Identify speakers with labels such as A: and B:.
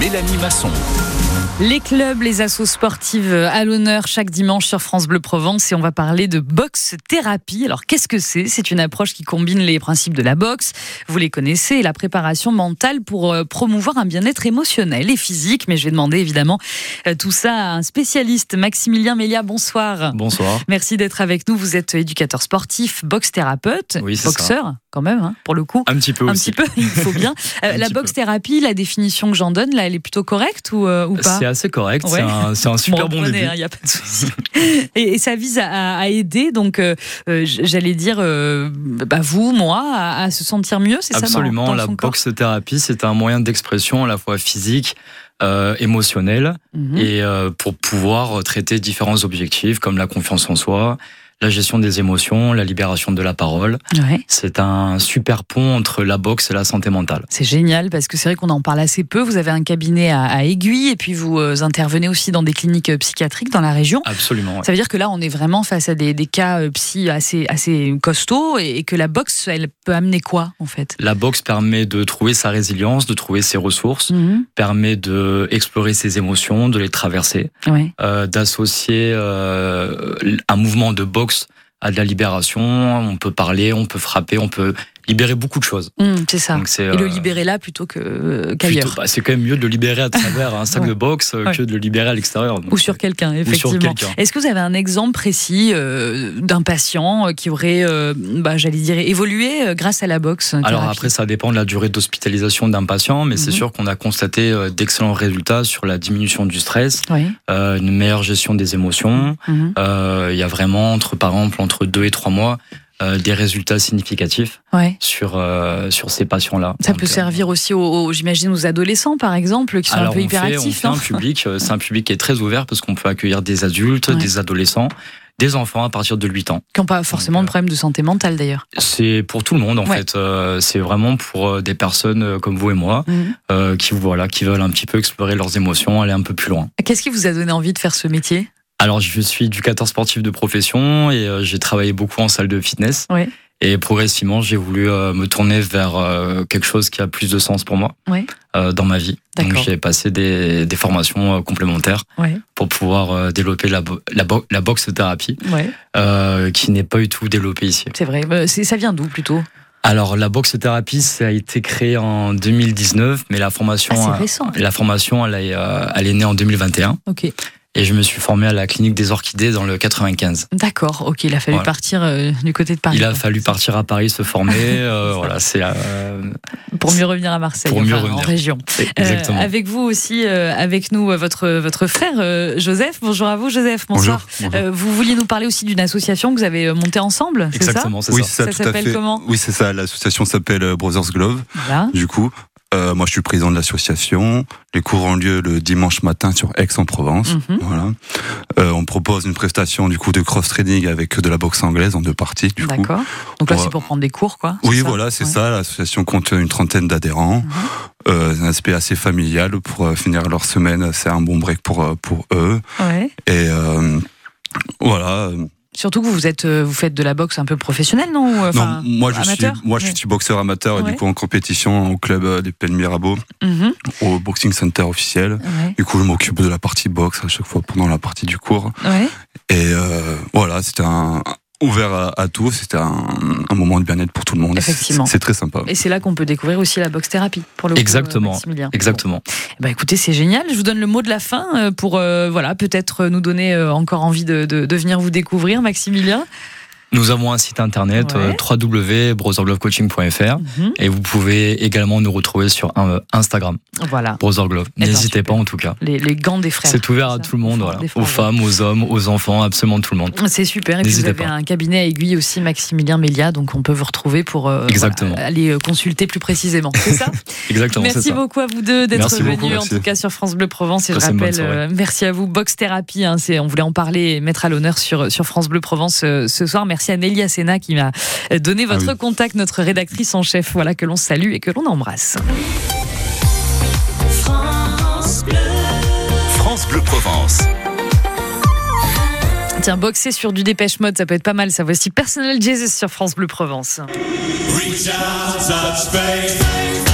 A: Mélanie Masson.
B: Les clubs, les assos sportives à l'honneur chaque dimanche sur France Bleu Provence et on va parler de boxe thérapie. Alors qu'est-ce que c'est C'est une approche qui combine les principes de la boxe, vous les connaissez, et la préparation mentale pour euh, promouvoir un bien-être émotionnel et physique. Mais je vais demander évidemment euh, tout ça à un spécialiste, Maximilien Mélia, bonsoir.
C: Bonsoir.
B: Merci d'être avec nous. Vous êtes éducateur sportif, boxe thérapeute,
C: Oui, c'est
B: boxeur quand même, hein, pour le coup.
C: Un petit peu
B: Un
C: aussi.
B: petit peu, il faut bien. Euh,
C: Un
B: la
C: petit
B: boxe thérapie, la définition que j'en donne, là, elle est plutôt correcte ou, euh, ou pas
C: C'est assez correct.
B: Ouais.
C: C'est un, c'est un super bon début.
B: Il n'y hein, a pas de souci. et, et ça vise à, à aider, donc euh, euh, j- j'allais dire, euh, bah, vous, moi, à, à se sentir mieux, c'est ça dans-
C: Absolument.
B: dans
C: la
B: son corps
C: boxe thérapie, c'est un moyen d'expression à la fois physique, euh, émotionnel,
B: Mhm.
C: et euh, pour pouvoir traiter différents objectifs comme la confiance en soi, la gestion des émotions, la libération de la parole.
B: Ouais.
C: C'est un super pont entre la boxe et la santé mentale.
B: C'est génial parce que c'est vrai qu'on en parle assez peu. Vous avez un cabinet à, à Aiguille et puis vous euh, intervenez aussi dans des cliniques euh, psychiatriques dans la région.
C: Absolument. ouais.
B: Ça veut dire que là, on est vraiment face à des, des cas euh, psy assez, assez costauds et, et que la boxe, elle peut amener quoi en fait
C: La boxe permet de trouver sa résilience, de trouver ses
B: Mmh.
C: ressources,
B: Mhm.
C: permet de explorer ses émotions, de les traverser.
B: Ouais.
C: euh, d'associer euh, un mouvement de boxe à de la libération. On peut parler, on peut frapper, on peut libérer beaucoup de choses.
B: Mhm, c'est ça.
C: Donc c'est
B: Et le
C: euh,
B: libérer là plutôt que, euh,
C: plutôt-
B: qu'ailleurs.
C: bah, c'est quand même mieux de le libérer à travers un sac
B: Ouais.
C: de boxe euh, que de le libérer à l'extérieur. Donc,
B: Ou sur quelqu'un,
C: ou sur
B: effectivement.
C: quelqu'un.
B: Est-ce que vous avez un exemple précis euh, d'un patient euh, qui aurait, euh, bah, j'allais dire, évolué euh, grâce à la boxe euh,
C: Alors
B: thérapie
C: après, ça dépend de la durée d'hospitalisation d'un patient, mais c'est
B: Mhm.
C: sûr qu'on a constaté euh, d'excellents résultats sur la diminution du stress,
B: Oui.
C: euh, une meilleure gestion des émotions.
B: Mhm.
C: Euh, Il y a vraiment, entre, par exemple, entre deux et trois mois, euh, des résultats significatifs
B: Ouais.
C: sur, euh, sur ces patients-là.
B: Ça
C: Donc,
B: peut
C: euh,
B: servir aussi aux, aux- j'imagine, aux adolescents, par exemple, qui sont
C: Alors
B: un peu
C: on fait, on
B: hyperactifs.
C: fait
B: hein, non
C: un public, euh, c'est un public qui est très ouvert parce qu'on peut accueillir des adultes,
B: Ouais.
C: des adolescents, des enfants à partir de 8 ans.
B: qui n'ont pas forcément de
C: Donc, euh,
B: problème de santé mentale, d'ailleurs.
C: C'est pour tout le monde en
B: Ouais.
C: fait. Euh, c'est vraiment pour euh, des personnes euh, comme vous et moi
B: Mhm.
C: euh, qui voilà, qui veulent un petit peu explorer leurs émotions, aller un peu plus loin.
B: Qu'est-ce qui vous a donné envie de faire ce métier
C: Alors je suis éducateur sportif de profession et euh, j'ai travaillé beaucoup en salle de fitness.
B: Ouais.
C: Et progressivement, j'ai voulu euh, me tourner vers euh, quelque chose qui a plus de sens pour moi
B: Ouais.
C: euh, dans ma vie. Donc
B: D'accord.
C: j'ai passé des, des formations euh, complémentaires.
B: Ouais,
C: pour pouvoir euh, développer la, bo- la, bo- la boxe thérapie,
B: ouais,
C: euh, qui n'est pas du tout développée ici.
B: c'est vrai. Euh, c'est- Ça vient d'où plutôt
C: Alors, la boxe thérapie, ça a été créé en 2019, mais la formation,
B: Ah, c'est
C: euh,
B: récent.
C: la formation, elle est, euh, elle est née en 2021.
B: Ok,
C: Et je me suis formé à la clinique des orchidées dans le 95.
B: d'accord. Ok, il a fallu
C: Voilà.
B: partir euh, du côté de Paris
C: Il a
B: quoi.
C: fallu partir à Paris se former. euh, voilà, c'est euh,
B: pour mieux revenir à Marseille,
C: Pour mieux
B: enfin, en
C: revenir.
B: région.
C: c'est
B: Euh,
C: exactement.
B: avec vous aussi, euh, avec nous, euh, votre, votre frère euh, Joseph. Bonjour à vous, Joseph. Bonsoir. Euh, vous vouliez nous parler aussi d'une association que vous avez euh, montée ensemble, c'est ça
C: exactement, c'est
D: Oui,
C: ça.
D: c'est ça,
B: Euh, Ça
D: tout à
B: s'appelle
D: fait.
B: comment
D: Oui, c'est ça. L'association s'appelle euh, Brothers Glove.
B: Voilà.
D: Du coup, euh, moi, je suis président de l'association. Les cours ont lieu le dimanche matin sur Aix-en-Provence.
B: Mhm.
D: Voilà. Euh, on propose une prestation du coup de cross training avec de la boxe anglaise en deux parties. Du coup.
B: D'accord. Donc là,
D: Ouais.
B: c'est pour prendre des cours, quoi.
D: Oui,
B: ça
D: voilà, c'est
B: Ouais.
D: ça. L'association compte une trentaine d'adhérents.
B: Mhm.
D: Euh, un aspect assez familial pour euh, finir leur semaine. C'est un bon break pour euh, pour eux.
B: Ouais.
D: Et euh, voilà. euh,
B: Surtout que vous êtes, euh, vous faites de la boxe un peu professionnelle, non Ou, euh, enfin,
D: non, moi je
B: amateur
D: suis moi je
B: Ouais.
D: suis boxeur amateur et
B: Ouais.
D: du coup en compétition au club euh, des Pennes Mirabeau
B: mhm,
D: au boxing center officiel.
B: ouais,
D: Du coup, je m'occupe de la partie boxe à chaque fois pendant la partie du cours.
B: ouais.
D: Et euh, voilà, c'était un ouvert à, à tout. C'était un, un moment de bien-être pour tout le monde. Et c'est-
B: Effectivement.
D: C'est très sympa.
B: Et c'est là qu'on peut découvrir aussi la boxe thérapie, pour le coup, euh,
C: Exactement.
B: Maximilien.
C: Exactement.
B: Bah écoutez, c'est génial. Je vous donne le mot de la fin euh, pour euh, voilà peut-être euh, nous donner euh, encore envie de, de- de venir vous découvrir, Maximilien.
C: Nous avons un site internet
B: Ouais.
C: euh, www.brotherglovecoaching.fr
B: Mhm.
C: et vous pouvez également nous retrouver sur euh, Instagram.
B: Voilà.
C: Brother Glove.
B: Eh ben,
C: N'hésitez
B: super.
C: pas en tout cas.
B: Les, les gants des frères.
C: C'est ouvert à
B: ça,
C: tout le monde,
B: des
C: voilà.
B: fois,
C: aux
B: ouais.
C: femmes, aux hommes, aux enfants, absolument tout le monde.
B: C'est super. Et puis vous
C: N'hésitez
B: avez
C: pas.
B: un cabinet à aiguille aussi, Maximilien Mélia, donc on peut vous retrouver pour euh,
C: Exactement.
B: voilà, aller euh, consulter plus précisément. C'est ça
C: Exactement, c'est
B: Merci
C: ça.
B: beaucoup à vous deux d'être
C: Merci
B: venus,
C: beaucoup,
B: en
D: merci.
B: tout cas sur France Bleu Provence. Et je
C: Passez une bonne
B: rappelle,
C: soirée.
B: euh, merci à vous, Box Thérapie. hein, c'est- on voulait en parler et mettre à l'honneur sur, sur France Bleu Provence euh, ce soir. Merci à Nelia Sena qui m'a euh,
C: Ah
B: donné votre
D: oui.
B: contact, notre rédactrice en chef, voilà, que l'on salue et que l'on embrasse.
A: France Bleu Provence.
B: Tiens, boxer sur du dépêche mode, ça peut être pas mal. Ça voici Personnel Jesus sur France Bleu Provence.
E: Reach out, touch faith.